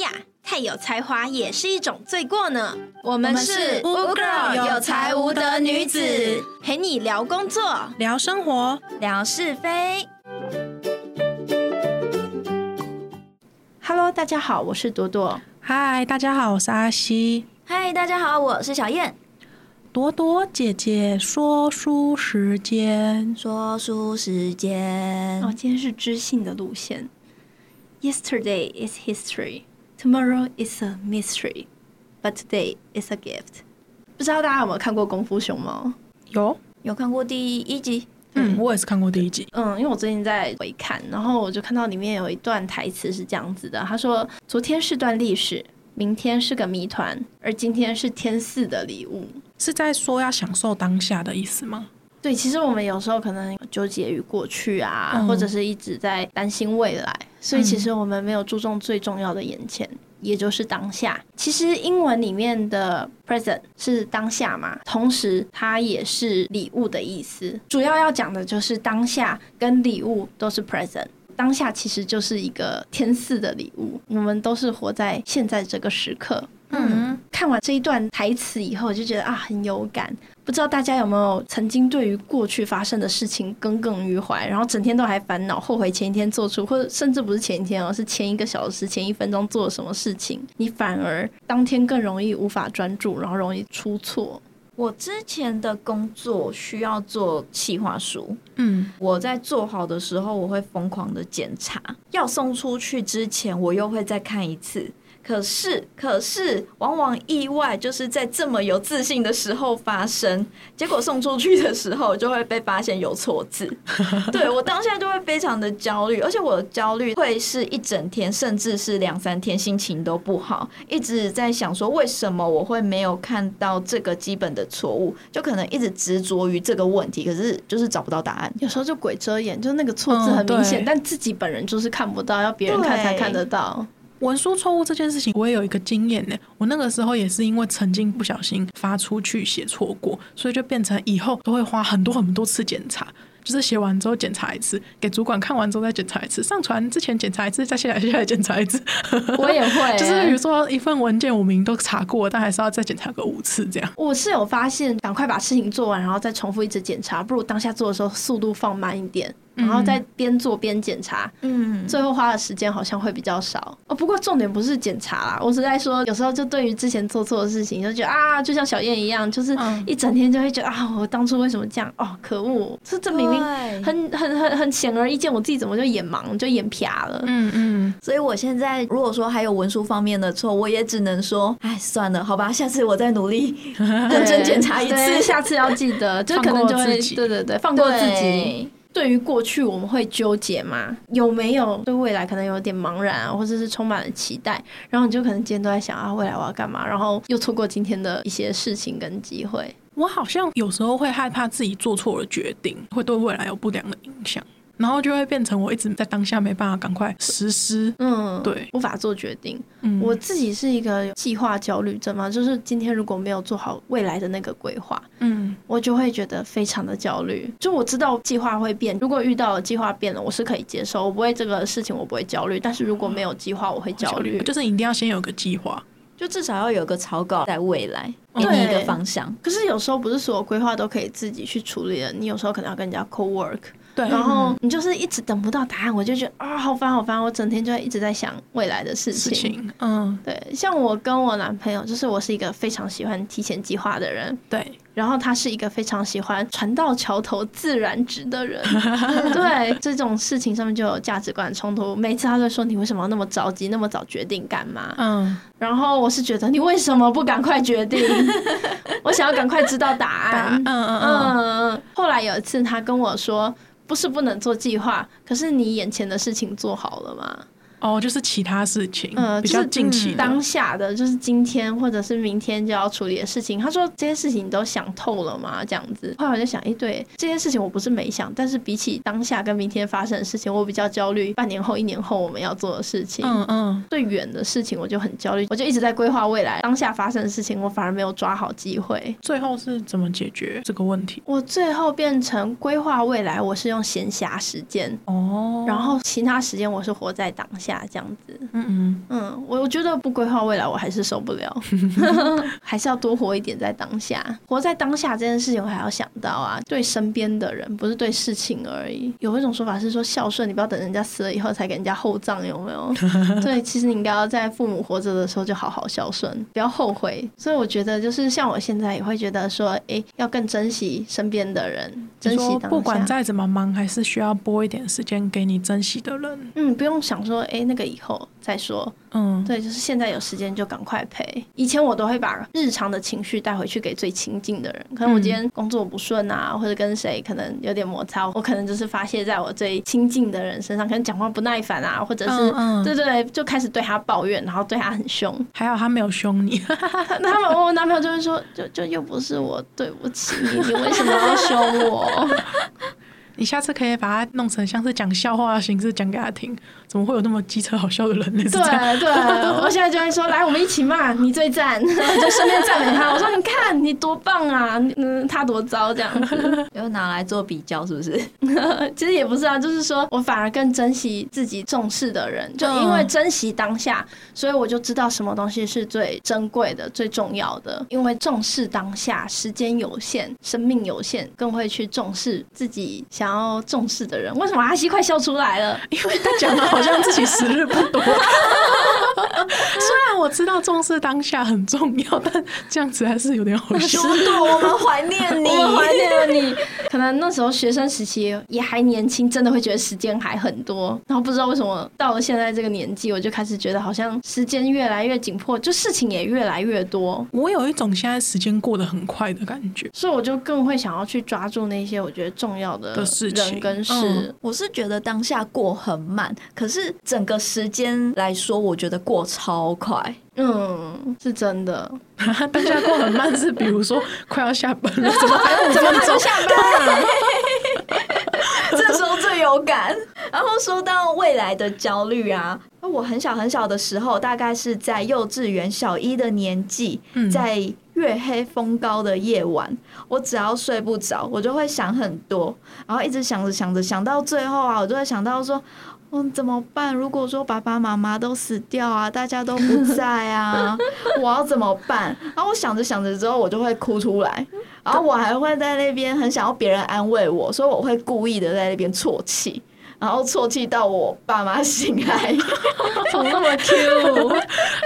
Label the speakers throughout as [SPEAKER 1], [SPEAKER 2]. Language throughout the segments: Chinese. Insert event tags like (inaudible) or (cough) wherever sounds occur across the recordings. [SPEAKER 1] 再哎有才华也是一种罪过呢。我
[SPEAKER 2] 我
[SPEAKER 1] 们
[SPEAKER 2] 们
[SPEAKER 1] 是
[SPEAKER 2] 是无 girl 有才无德女子
[SPEAKER 1] 陪你聊工作、
[SPEAKER 2] 聊生活，
[SPEAKER 1] 聊是非。Hello，大家好，我是朵朵。
[SPEAKER 2] 嗨，大家好，我是阿西。
[SPEAKER 1] 嗨，大家好，我是小燕。
[SPEAKER 2] 朵朵姐姐说书时间，
[SPEAKER 3] 说书时间，
[SPEAKER 1] 哦，今天是知性的路线。Yesterday is history, tomorrow is a mystery, but today is a gift。不知道大家有没有看过《功夫熊猫》？
[SPEAKER 2] 有，
[SPEAKER 3] 有看过第一集？
[SPEAKER 2] 嗯，我也是看过第一集。
[SPEAKER 1] 嗯，因为我最近在回看，然后我就看到里面有一段台词是这样子的，他说：“昨天是段历史，明天是个谜团，而今天是天赐的礼物。
[SPEAKER 2] 是在说要享受当下的意思吗？”
[SPEAKER 1] 对，其实我们有时候可能纠结于过去啊，
[SPEAKER 2] 嗯
[SPEAKER 1] 或者是一直在担心未来，所以其实我们没有注重最重要的眼前，也就是当下。其实英文里面的 present 是当下嘛，同时它也是礼物的意思。主要要讲的就是当下跟礼物都是 present。当下其实就是一个天赐的礼物，我们都是活在现在这个时刻。
[SPEAKER 3] 嗯，
[SPEAKER 1] 看完这一段台词以后，我就觉得啊很有感。不知道大家有没有曾经对于过去发生的事情耿耿于怀，然后整天都还烦恼、后悔前一天做出，或者甚至不是前一天哦，是前一个小时、前一分钟做了什么事情，你反而当天更容易无法专注，然后容易出错。
[SPEAKER 3] 我之前的工作需要做企划书，
[SPEAKER 2] 嗯，
[SPEAKER 3] 我在做好的时候，我会疯狂的检查，要送出去之前，我又会再看一次。可是，可是，往往意外就是在这么有自信的时候发生，结果送出去的时候就会被发现有错字。对我当下就会非常的焦虑，而且我的焦虑会是一整天，甚至是两三天，心情都不好，一直在想说为什么我会没有看到这个基本的错误，就可能一直执着于这个问题，可是就是找不到答案。
[SPEAKER 1] 有时候就鬼遮眼，就那个错字很明显，
[SPEAKER 2] 嗯对
[SPEAKER 1] 但自己本人就是看不到，要别人看才看得到。
[SPEAKER 2] 文书错误这件事情，我也有一个经验呢。我那个时候也是因为曾经不小心发出去写错过，所以就变成以后都会花很多很多次检查。就是写完之后检查一次，给主管看完之后再检查一次，上传之前检查一次，再下来下来检查一次。
[SPEAKER 1] 我也
[SPEAKER 2] (laughs)
[SPEAKER 1] 会、
[SPEAKER 2] 就是比如说一份文件我明明都查过，但还是要再检查个五次这样。
[SPEAKER 1] 我是有发现，赶快把事情做完，然后再重复一直检查，不如当下做的时候速度放慢一点，然后再边做边检查，
[SPEAKER 3] 嗯，
[SPEAKER 1] 最后花的时间好像会比较少。哦，不过重点不是检查啦，我是在说，有时候就对于之前做错的事情，就觉得啊，就像小燕一样，就是
[SPEAKER 2] 嗯
[SPEAKER 1] 一整天就会觉得啊，我当初为什么这样？哦，可恶，这这明明
[SPEAKER 3] 对
[SPEAKER 1] 很很很很显而易见，我自己怎么就眼盲，就眼瞎了？
[SPEAKER 2] 嗯嗯，
[SPEAKER 3] 所以我现在如果说还有文书方面的错，我也只能说，哎，算了，好吧，下次我再努力，认真检查一
[SPEAKER 1] 对
[SPEAKER 3] 次，
[SPEAKER 1] 下次要记得，就
[SPEAKER 2] 放
[SPEAKER 1] 可能
[SPEAKER 2] 过
[SPEAKER 1] 就会
[SPEAKER 2] 自己
[SPEAKER 1] 对对对，放过
[SPEAKER 3] 过
[SPEAKER 1] 自己。。对于过去我们会纠结嘛？有没有对未来可能有点茫然啊，或者是充满了期待，然后你就可能今天都在想啊，未来我要干嘛，然后又错过今天的一些事情跟机会。
[SPEAKER 2] 我好像有时候会害怕自己做错了决定，会对未来有不良的影响，然后就会变成我一直在当下没办法赶快实施。
[SPEAKER 1] 嗯，
[SPEAKER 2] 对，
[SPEAKER 1] 无法做决定。
[SPEAKER 2] 嗯，
[SPEAKER 1] 我自己是一个有计划焦虑症嘛，就是今天如果没有做好未来的那个规划，
[SPEAKER 2] 嗯
[SPEAKER 1] 我就会觉得非常的焦虑。就我知道计划会变，如果遇到计划变了，我是可以接受，我不会这个事情我不会焦虑，但是如果没有计划，我会焦虑。
[SPEAKER 2] 就是你一定要先有个计划。
[SPEAKER 3] 就至少要有个草稿，在未来给
[SPEAKER 2] 嗯
[SPEAKER 3] 你一个
[SPEAKER 1] 对
[SPEAKER 3] 方向。
[SPEAKER 1] 可是有时候不是所有规划都可以自己去处理的，你有时候可能要跟人家 co work，
[SPEAKER 2] 对，
[SPEAKER 1] 然后你就是一直等不到答案，我就觉得啊、好烦好烦，我整天就会一直在想未来的事
[SPEAKER 2] 事
[SPEAKER 1] 情。
[SPEAKER 2] 情，嗯，
[SPEAKER 1] 对，像我跟我男朋友，就是我是一个非常喜欢提前计划的人，
[SPEAKER 2] 对，
[SPEAKER 1] 然后他是一个非常喜欢船到桥头自然直的人，对这种事情上面就有价值观冲突。每次他都说你为什么要那么着急，那么早决定干嘛？
[SPEAKER 2] 嗯，
[SPEAKER 1] 然后我是觉得你为什么不赶快决定？我想要赶快知道答
[SPEAKER 2] 答
[SPEAKER 1] 案
[SPEAKER 2] 嗯。嗯嗯，
[SPEAKER 1] 嗯，后来有一次他跟我说，不是不能做计划，可是你眼前的事情做好了吗？
[SPEAKER 2] 哦，就是其他事情，
[SPEAKER 1] 嗯
[SPEAKER 2] 比较
[SPEAKER 1] 就是
[SPEAKER 2] 近期的，
[SPEAKER 1] 当下的就是今天或者是明天就要处理的事情，他说这些事情你都想透了吗？这样子，后来我就想，诶，对，这些事情我不是没想，但是比起当下跟明天发生的事情，我比较焦虑半年后、一年后我们要做的事情。
[SPEAKER 2] 嗯嗯，
[SPEAKER 1] 最远的事情我就很焦虑，我就一直在规划未来，当下发生的事情我反而没有抓好机会。
[SPEAKER 2] 最后是怎么解决这个问题？
[SPEAKER 1] 我最后变成规划未来，我是用闲暇时间，
[SPEAKER 2] 哦，
[SPEAKER 1] 然后其他时间我是活在当下这样子。
[SPEAKER 2] 嗯嗯，
[SPEAKER 1] 嗯，我我觉得不规划未来，我还是受不
[SPEAKER 2] (laughs)
[SPEAKER 1] 了， (laughs) 还是要多活一点在当下。活在当下这件事情，我还要想到啊，对身边的人，不是对事情而已。有一种说法是说孝顺，你不要等人家死了以后才给人家厚葬，有
[SPEAKER 2] (laughs)
[SPEAKER 1] 没有？对，其实你应该要在父母活着的时候就好好孝顺，不要后悔。所以我觉得，就是像我现在也会觉得说，哎、要更珍惜身边的人，珍
[SPEAKER 2] 你
[SPEAKER 1] 惜
[SPEAKER 2] 说
[SPEAKER 1] 当下。
[SPEAKER 2] 不管再怎么忙，还是需要拨一点时间给你珍惜的人。
[SPEAKER 1] 嗯，不用想说，哎、那个以后再说。
[SPEAKER 2] 嗯，
[SPEAKER 1] 对，就是现在有时间就赶快陪。以前我都会把日常的情绪带回去给最亲近的人，可能我今天工作不顺啊，
[SPEAKER 2] 嗯
[SPEAKER 1] 或者跟谁可能有点摩擦，我可能就是发泄在我最亲近的人身上，可能讲话不耐烦啊，或者是、
[SPEAKER 2] 嗯嗯
[SPEAKER 1] 对对，就开始对他抱怨，然后对他很凶。
[SPEAKER 2] 还好他没有凶你，
[SPEAKER 1] 那他们我男朋友就会说，就就又不是我对不起你，你为什么要凶我？
[SPEAKER 2] 你下次可以把它弄成像是讲笑话的形式讲给他听。怎么会有那么机车好笑的人呢？是这样
[SPEAKER 1] 对对， (laughs) 我现在就会说，来，我们一起骂你最赞， (laughs) 就顺便赞美 (laughs) 他。我说，你看你多棒啊，嗯，他多糟 (laughs) 这样子。
[SPEAKER 3] 又拿来做比较，是不是？
[SPEAKER 1] 其实也不是啊，就是说我反而更珍惜自己重视的人，就因为珍惜当下，所以我就知道什么东西是最珍贵的、最重要的。因为重视当下，时间有限，生命有限，更会去重视自己想要重视的人。为什么阿西快笑出来了？
[SPEAKER 2] (laughs) 因为他讲的好像自己时日不 (laughs) 多。虽然我知道重视当下很重要，但这样子还是有点好笑。
[SPEAKER 3] 果我们怀念你
[SPEAKER 1] 我们怀念了你。 (laughs) 可能那时候学生时期也还年轻，真的会觉得时间还很多。然后不知道为什么到了现在这个年纪，我就开始觉得好像时间越来越紧迫，就事情也越来越多。
[SPEAKER 2] 我有一种现在时间过得很快的感觉。
[SPEAKER 1] 所以我就更会想要去抓住那些我觉得重要的
[SPEAKER 2] 的事情
[SPEAKER 1] 人跟事。
[SPEAKER 2] 嗯
[SPEAKER 3] 我是觉得当下过很慢，可是整个时间来说，我觉得过超快。
[SPEAKER 1] 嗯，是真的。
[SPEAKER 2] (laughs) 当下过很慢是，比如说快要下班了，怎么还有五分 (laughs) 钟？
[SPEAKER 1] 下班了。
[SPEAKER 3] (laughs) 这时候最有感。然后说到未来的焦虑啊，我很小很小的时候，大概是在幼稚园小一的年纪，
[SPEAKER 2] 嗯
[SPEAKER 3] 在月黑风高的夜晚，我只要睡不着，我就会想很多，然后一直想着想着，想到最后啊，我就会想到说。嗯，怎么办？如果说爸爸妈妈都死掉啊，大家都不在啊，我要怎么办？然后我想着想着之后，我就会哭出来。然后我还会在那边很想要别人安慰我，所以我会故意的在那边啜泣，然后啜泣到我爸妈醒来。 (laughs)
[SPEAKER 1] 怎么那么 Q？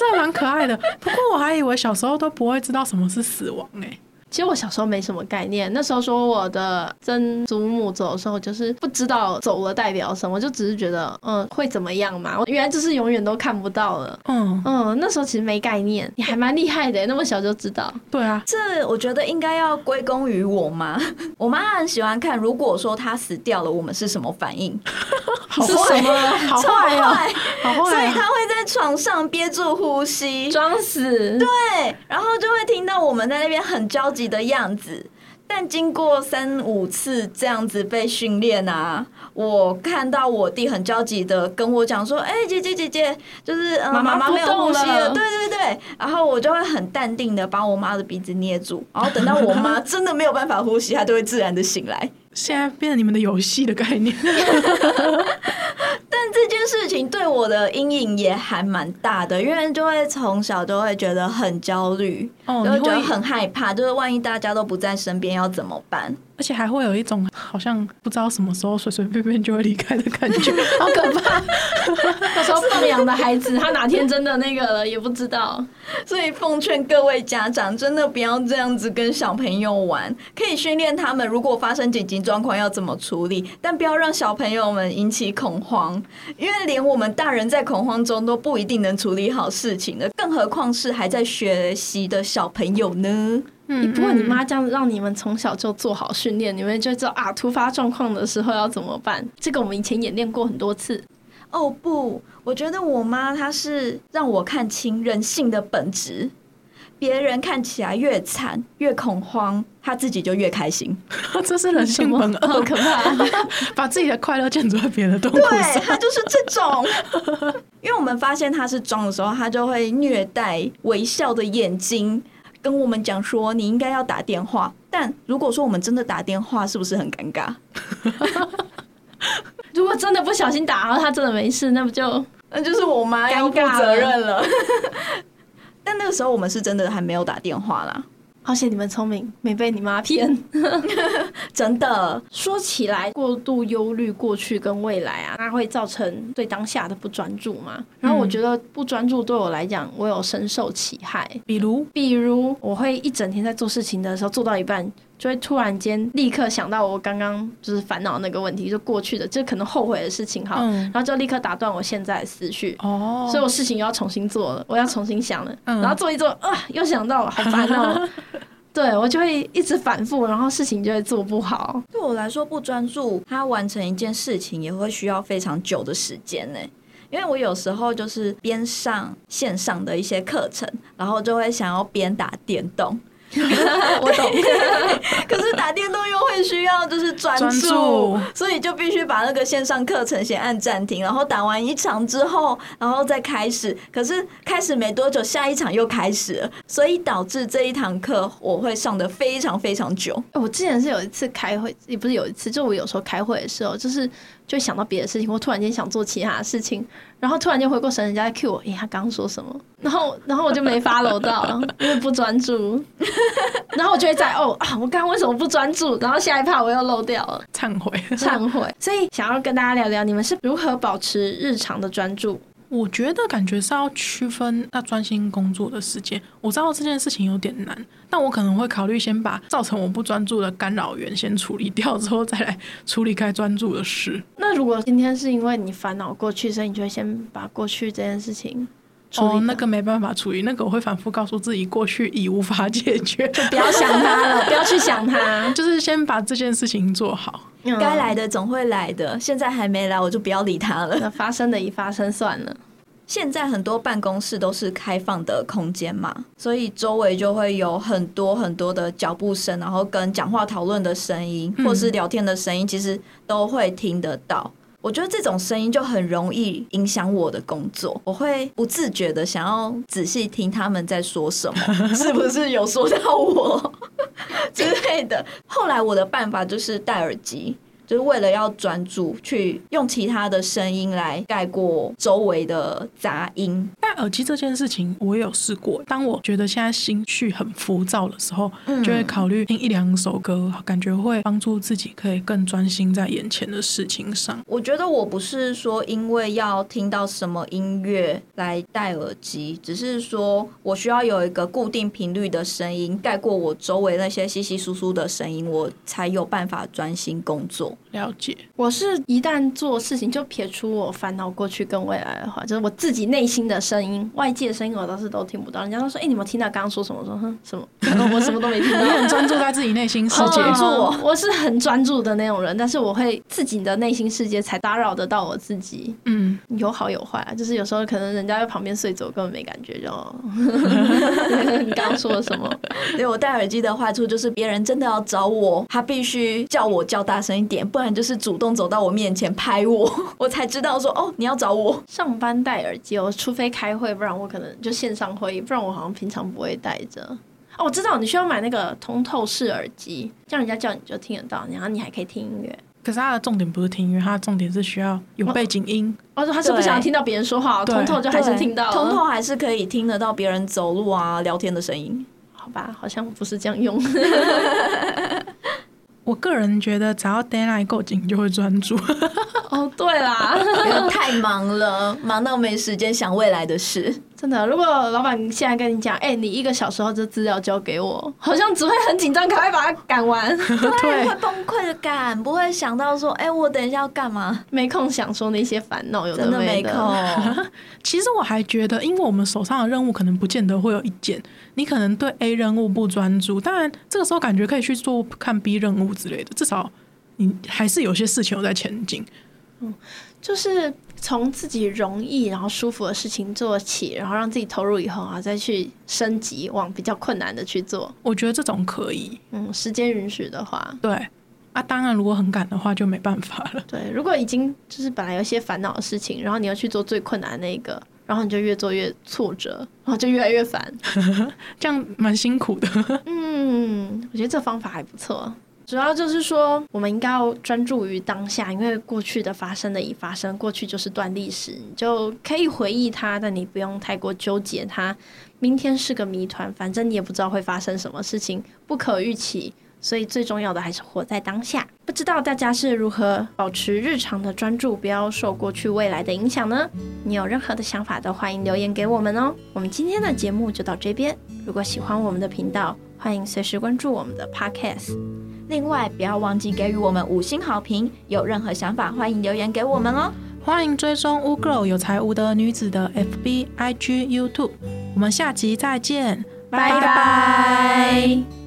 [SPEAKER 2] 这蛮可爱的。不过我还以为小时候都不会知道什么是死亡哎、
[SPEAKER 1] 其实我小时候没什么概念，那时候说我的曾祖母走的时候，我就是不知道走了代表什么，就只是觉得嗯会怎么样嘛，我原来就是永远都看不到了。
[SPEAKER 2] 嗯，
[SPEAKER 1] 嗯，那时候其实没概念，你还蛮厉害的，那么小就知道。
[SPEAKER 2] 对啊，
[SPEAKER 3] 这我觉得应该要归功于我妈，我妈很喜欢看。如果说她死掉了，我们是什么反应？
[SPEAKER 2] 好
[SPEAKER 1] 是
[SPEAKER 2] 坏
[SPEAKER 1] 什么
[SPEAKER 2] 好坏哦、
[SPEAKER 3] (laughs)
[SPEAKER 2] 好
[SPEAKER 3] 所
[SPEAKER 2] 坏
[SPEAKER 3] 以
[SPEAKER 2] 啊、
[SPEAKER 3] 她会在床上憋住呼吸，
[SPEAKER 1] 装
[SPEAKER 3] (laughs)
[SPEAKER 1] 死，对，
[SPEAKER 3] 对，然后就会听到我们在那边很焦急的样子。但经过三五次这样子被训练啊，我看到我弟很焦急的跟我讲说：“哎、姐姐姐姐，就是呃
[SPEAKER 1] 妈妈
[SPEAKER 3] 妈妈
[SPEAKER 1] 不
[SPEAKER 3] 没有呼
[SPEAKER 1] 动
[SPEAKER 3] 吸
[SPEAKER 1] 了
[SPEAKER 3] 对对对。”然后我就会很淡定的把我妈的鼻子捏住，然后等到我妈真的没有办法呼吸，她就会自然的醒来。
[SPEAKER 2] 现在变成你们的游戏的概念。
[SPEAKER 3] 但这件事情对我的阴影也还蛮大的，因为就会从小就会觉得很焦虑，
[SPEAKER 2] 哦
[SPEAKER 3] 就会
[SPEAKER 2] 你
[SPEAKER 3] 觉
[SPEAKER 2] 会
[SPEAKER 3] 得很害怕，就是万一大家都不在身边要怎么办？ (laughs)
[SPEAKER 2] 而且还会有一种好像不知道什么时候随随便便就会离开的感
[SPEAKER 1] (laughs)
[SPEAKER 2] 觉。
[SPEAKER 1] 好可怕。那时候放养的孩子，他哪天真的那个了也不知道。
[SPEAKER 3] 所以奉劝各位家长，真的不要这样子跟小朋友玩，可以训练他们如果发生紧急状况要怎么处理，但不要让小朋友们引起恐慌，因为连我们大人在恐慌中都不一定能处理好事情的，更何况是还在学习的小朋友呢？
[SPEAKER 2] 嗯
[SPEAKER 1] 不过你妈这样让你们从小就做好训练，你们就知道啊，突发状况的时候要怎么办。这个我们以前演练过很多次。
[SPEAKER 3] 哦不，我觉得我妈她是让我看清人性的本质。别人看起来越惨越恐慌，她自己就越开心。
[SPEAKER 2] 这是人性本
[SPEAKER 3] 哦
[SPEAKER 1] 好
[SPEAKER 2] 恶，
[SPEAKER 1] 可
[SPEAKER 3] (laughs)
[SPEAKER 1] 怕！
[SPEAKER 2] 把自己的快乐建筑在别人的痛苦
[SPEAKER 3] 对
[SPEAKER 2] 上。
[SPEAKER 3] 他就是这种。 (laughs) 因为我们发现他是装的时候，他就会虐待微笑的眼睛，跟我们讲说你应该要打电话。但如果说我们真的打电话，是不是很尴尬？
[SPEAKER 1] 如果真的不小心打，然后他真的没事，那不就
[SPEAKER 3] 那就是我妈要哎负
[SPEAKER 1] 尴尬
[SPEAKER 3] 责任了。 (laughs) 但那个时候我们是真的还没有打电话啦，
[SPEAKER 1] 好险你们聪明，没被你妈骗。
[SPEAKER 3] 真的。
[SPEAKER 1] 说起来，过度忧虑过去跟未来啊，那会造成对当下的不专注嘛。然后我觉得不专注对我来讲，我有深受其害。
[SPEAKER 2] 比如
[SPEAKER 1] 比如我会一整天在做事情的时候，做到一半就会突然间立刻想到我刚刚就是烦恼那个问题，就过去的，就可能后悔的事情哈，
[SPEAKER 2] 嗯
[SPEAKER 1] 然后就立刻打断我现在的思绪。
[SPEAKER 2] 哦，
[SPEAKER 1] 所以我事情又要重新做了，我要重新想了，
[SPEAKER 2] 嗯
[SPEAKER 1] 然后做一做，啊、又想到了，好烦
[SPEAKER 2] (laughs)
[SPEAKER 1] 哦。对我就会一直反复，然后事情就会做不好。
[SPEAKER 3] 对我来说，不专注，它完成一件事情也会需要非常久的时间呢。因为我有时候就是边上线上的一些课程，然后就会想要边打电动。 (laughs)
[SPEAKER 1] 我懂，
[SPEAKER 3] 可是打电动又会需要就是专
[SPEAKER 2] 专
[SPEAKER 3] 注，
[SPEAKER 2] 注
[SPEAKER 3] 所以就必须把那个线上课程先按暂停，然后打完一场之后，然后再开始。可是开始没多久，下一场又开始了，所以导致这一堂课我会上的非常非常久。
[SPEAKER 1] 我之前是有一次开会，也不是有一次，就我有时候开会的时候，就是就想到别的事情，我突然间想做其他的事情，然后突然间回过神，人家在 cue 我，诶、他刚刚说什么？然后然后我就没 follow 到，因为不专注，然后我就会在哦啊，我刚刚为什么不专注？然后下一趴我又漏掉了，
[SPEAKER 2] 忏悔。 (laughs)
[SPEAKER 1] 忏悔。所以想要跟大家聊聊，你们是如何保持日常的专注？
[SPEAKER 2] 我觉得感觉是要区分那专心工作的时间。我知道这件事情有点难，但我可能会考虑先把造成我不专注的干扰源先处理掉，之后再来处理该专注的事。
[SPEAKER 1] 那如果今天是因为你烦恼过去，所以你就会先把过去这件事情处理掉。
[SPEAKER 2] 哦，那个没办法处理，那个我会反复告诉自己，过去已无法解决，
[SPEAKER 1] 不要想他了，不要去想他。
[SPEAKER 2] 就是先把这件事情做好。
[SPEAKER 1] 嗯
[SPEAKER 3] 该来的总会来的，现在还没来，我就不要理他了。
[SPEAKER 1] 那发生的已发生算了。
[SPEAKER 3] (laughs) 现在很多办公室都是开放的空间嘛，所以周围就会有很多很多的脚步声，然后跟讲话讨论的声音，
[SPEAKER 2] 嗯
[SPEAKER 3] 或是聊天的声音，其实都会听得到。我觉得这种声音就很容易影响我的工作，我会不自觉的想要仔细听他们在说什么， (laughs) 是不是有说到我 (laughs) 之类的。后来我的办法就是戴耳机，就是为了要专注去用其他的声音来盖过周围的杂音。
[SPEAKER 2] 戴耳机这件事情，我也有试过。当我觉得现在心绪很浮躁的时候，就会考虑听一两首歌，感觉会帮助自己可以更专心在眼前的事情上。
[SPEAKER 3] 我觉得我不是说因为要听到什么音乐来戴耳机，只是说我需要有一个固定频率的声音盖过我周围那些稀稀疏疏的声音，我才有办法专心工作。
[SPEAKER 2] 了解，
[SPEAKER 1] 我是一旦做事情就撇除我烦恼过去跟未来的话，就是我自己内心的声音，外界的声音我倒是都听不到。人家都说：“哎、你们听到刚刚说什么？”我说：“哼，什么？我什么都没听
[SPEAKER 2] 你
[SPEAKER 1] 到。
[SPEAKER 2] 很专注在自己内心世界。
[SPEAKER 3] 解
[SPEAKER 1] 哦
[SPEAKER 3] 住我
[SPEAKER 1] 我是很专注的那种人，但是我会自己的内心世界才打扰得到我自己，
[SPEAKER 2] 嗯，
[SPEAKER 1] 有好有坏、啊，就是有时候可能人家在旁边睡着，我根本没感觉，就 (laughs) 你刚刚说了什么？
[SPEAKER 3] 对我戴耳机的坏处就是，别人真的要找我，他必须叫我叫大声一点，不然就是主动走到我面前拍我， (laughs) 我才知道说哦你要找我。
[SPEAKER 1] 上班戴耳机，我除非开会，不然我可能就线上会议，不然我好像平常不会戴着。哦，我知道你需要买那个通透式耳机，这样人家叫你就听得到，然后你还可以听音乐。
[SPEAKER 2] 可是它的重点不是听音乐，它的重点是需要有背景音。
[SPEAKER 1] 哦，他是不
[SPEAKER 3] 对
[SPEAKER 1] 想听到别人说话哦，
[SPEAKER 2] 对
[SPEAKER 1] 通透就还是听到了。
[SPEAKER 3] 通透还是可以听得到别人走路啊、聊天的声音。
[SPEAKER 1] 好吧，好像不是这样
[SPEAKER 3] (laughs)
[SPEAKER 1] 用。
[SPEAKER 2] 我个人觉得，只要 d a y l i g h t 够紧，就会专注。 (laughs)
[SPEAKER 1] 哦，对啦，
[SPEAKER 3] 太忙了， (laughs) 忙到没时间想未来的事。
[SPEAKER 1] 真的，如果老板现在跟你讲，哎、你一个小时后这资料交给我，好像只会很紧张，赶快把它赶完，
[SPEAKER 2] 对
[SPEAKER 3] 会，崩溃的感，不会想到说，哎、我等一下要干嘛？
[SPEAKER 1] 没空想说那些烦恼，有
[SPEAKER 3] 真的
[SPEAKER 1] 没
[SPEAKER 3] 没空。
[SPEAKER 2] 其实我还觉得，因为我们手上的任务可能不见得会有一件，你可能对 A 任务不专注，当然这个时候感觉可以去做看 B 任务之类的，至少你还是有些事情有在前进。
[SPEAKER 1] 就是从自己容易然后舒服的事情做起，然后让自己投入以后啊，再去升级往比较困难的去做。
[SPEAKER 2] 我觉得这种可以，
[SPEAKER 1] 嗯，时间允许的话，
[SPEAKER 2] 对啊，当然如果很赶的话就没办法了。
[SPEAKER 1] 对。如果已经就是本来有一些烦恼的事情，然后你要去做最困难的那个，然后你就越做越挫折，然后就越来越烦。
[SPEAKER 2] 这样蛮辛苦的。
[SPEAKER 1] 嗯，我觉得这方法还不错。主要就是说，我们应该要专注于当下，因为过去的发生的已发生，过去就是段历史，你就可以回忆它，但你不用太过纠结它。明天是个谜团，反正你也不知道会发生什么事情，不可预期。所以最重要的还是活在当下。不知道大家是如何保持日常的专注，不要受过去、未来的影响呢？你有任何的想法都欢迎留言给我们哦。我们今天的节目就到这边。如果喜欢我们的频道，欢迎随时关注我们的 Podcast。
[SPEAKER 3] (laughs) 另外，不要忘记给予我们五星好评，有任何想法欢迎留言给我们哦。
[SPEAKER 2] 欢迎追踪污 girl 有才无德女子的 FB、IG、YouTube。我们下集再见，
[SPEAKER 1] 拜拜。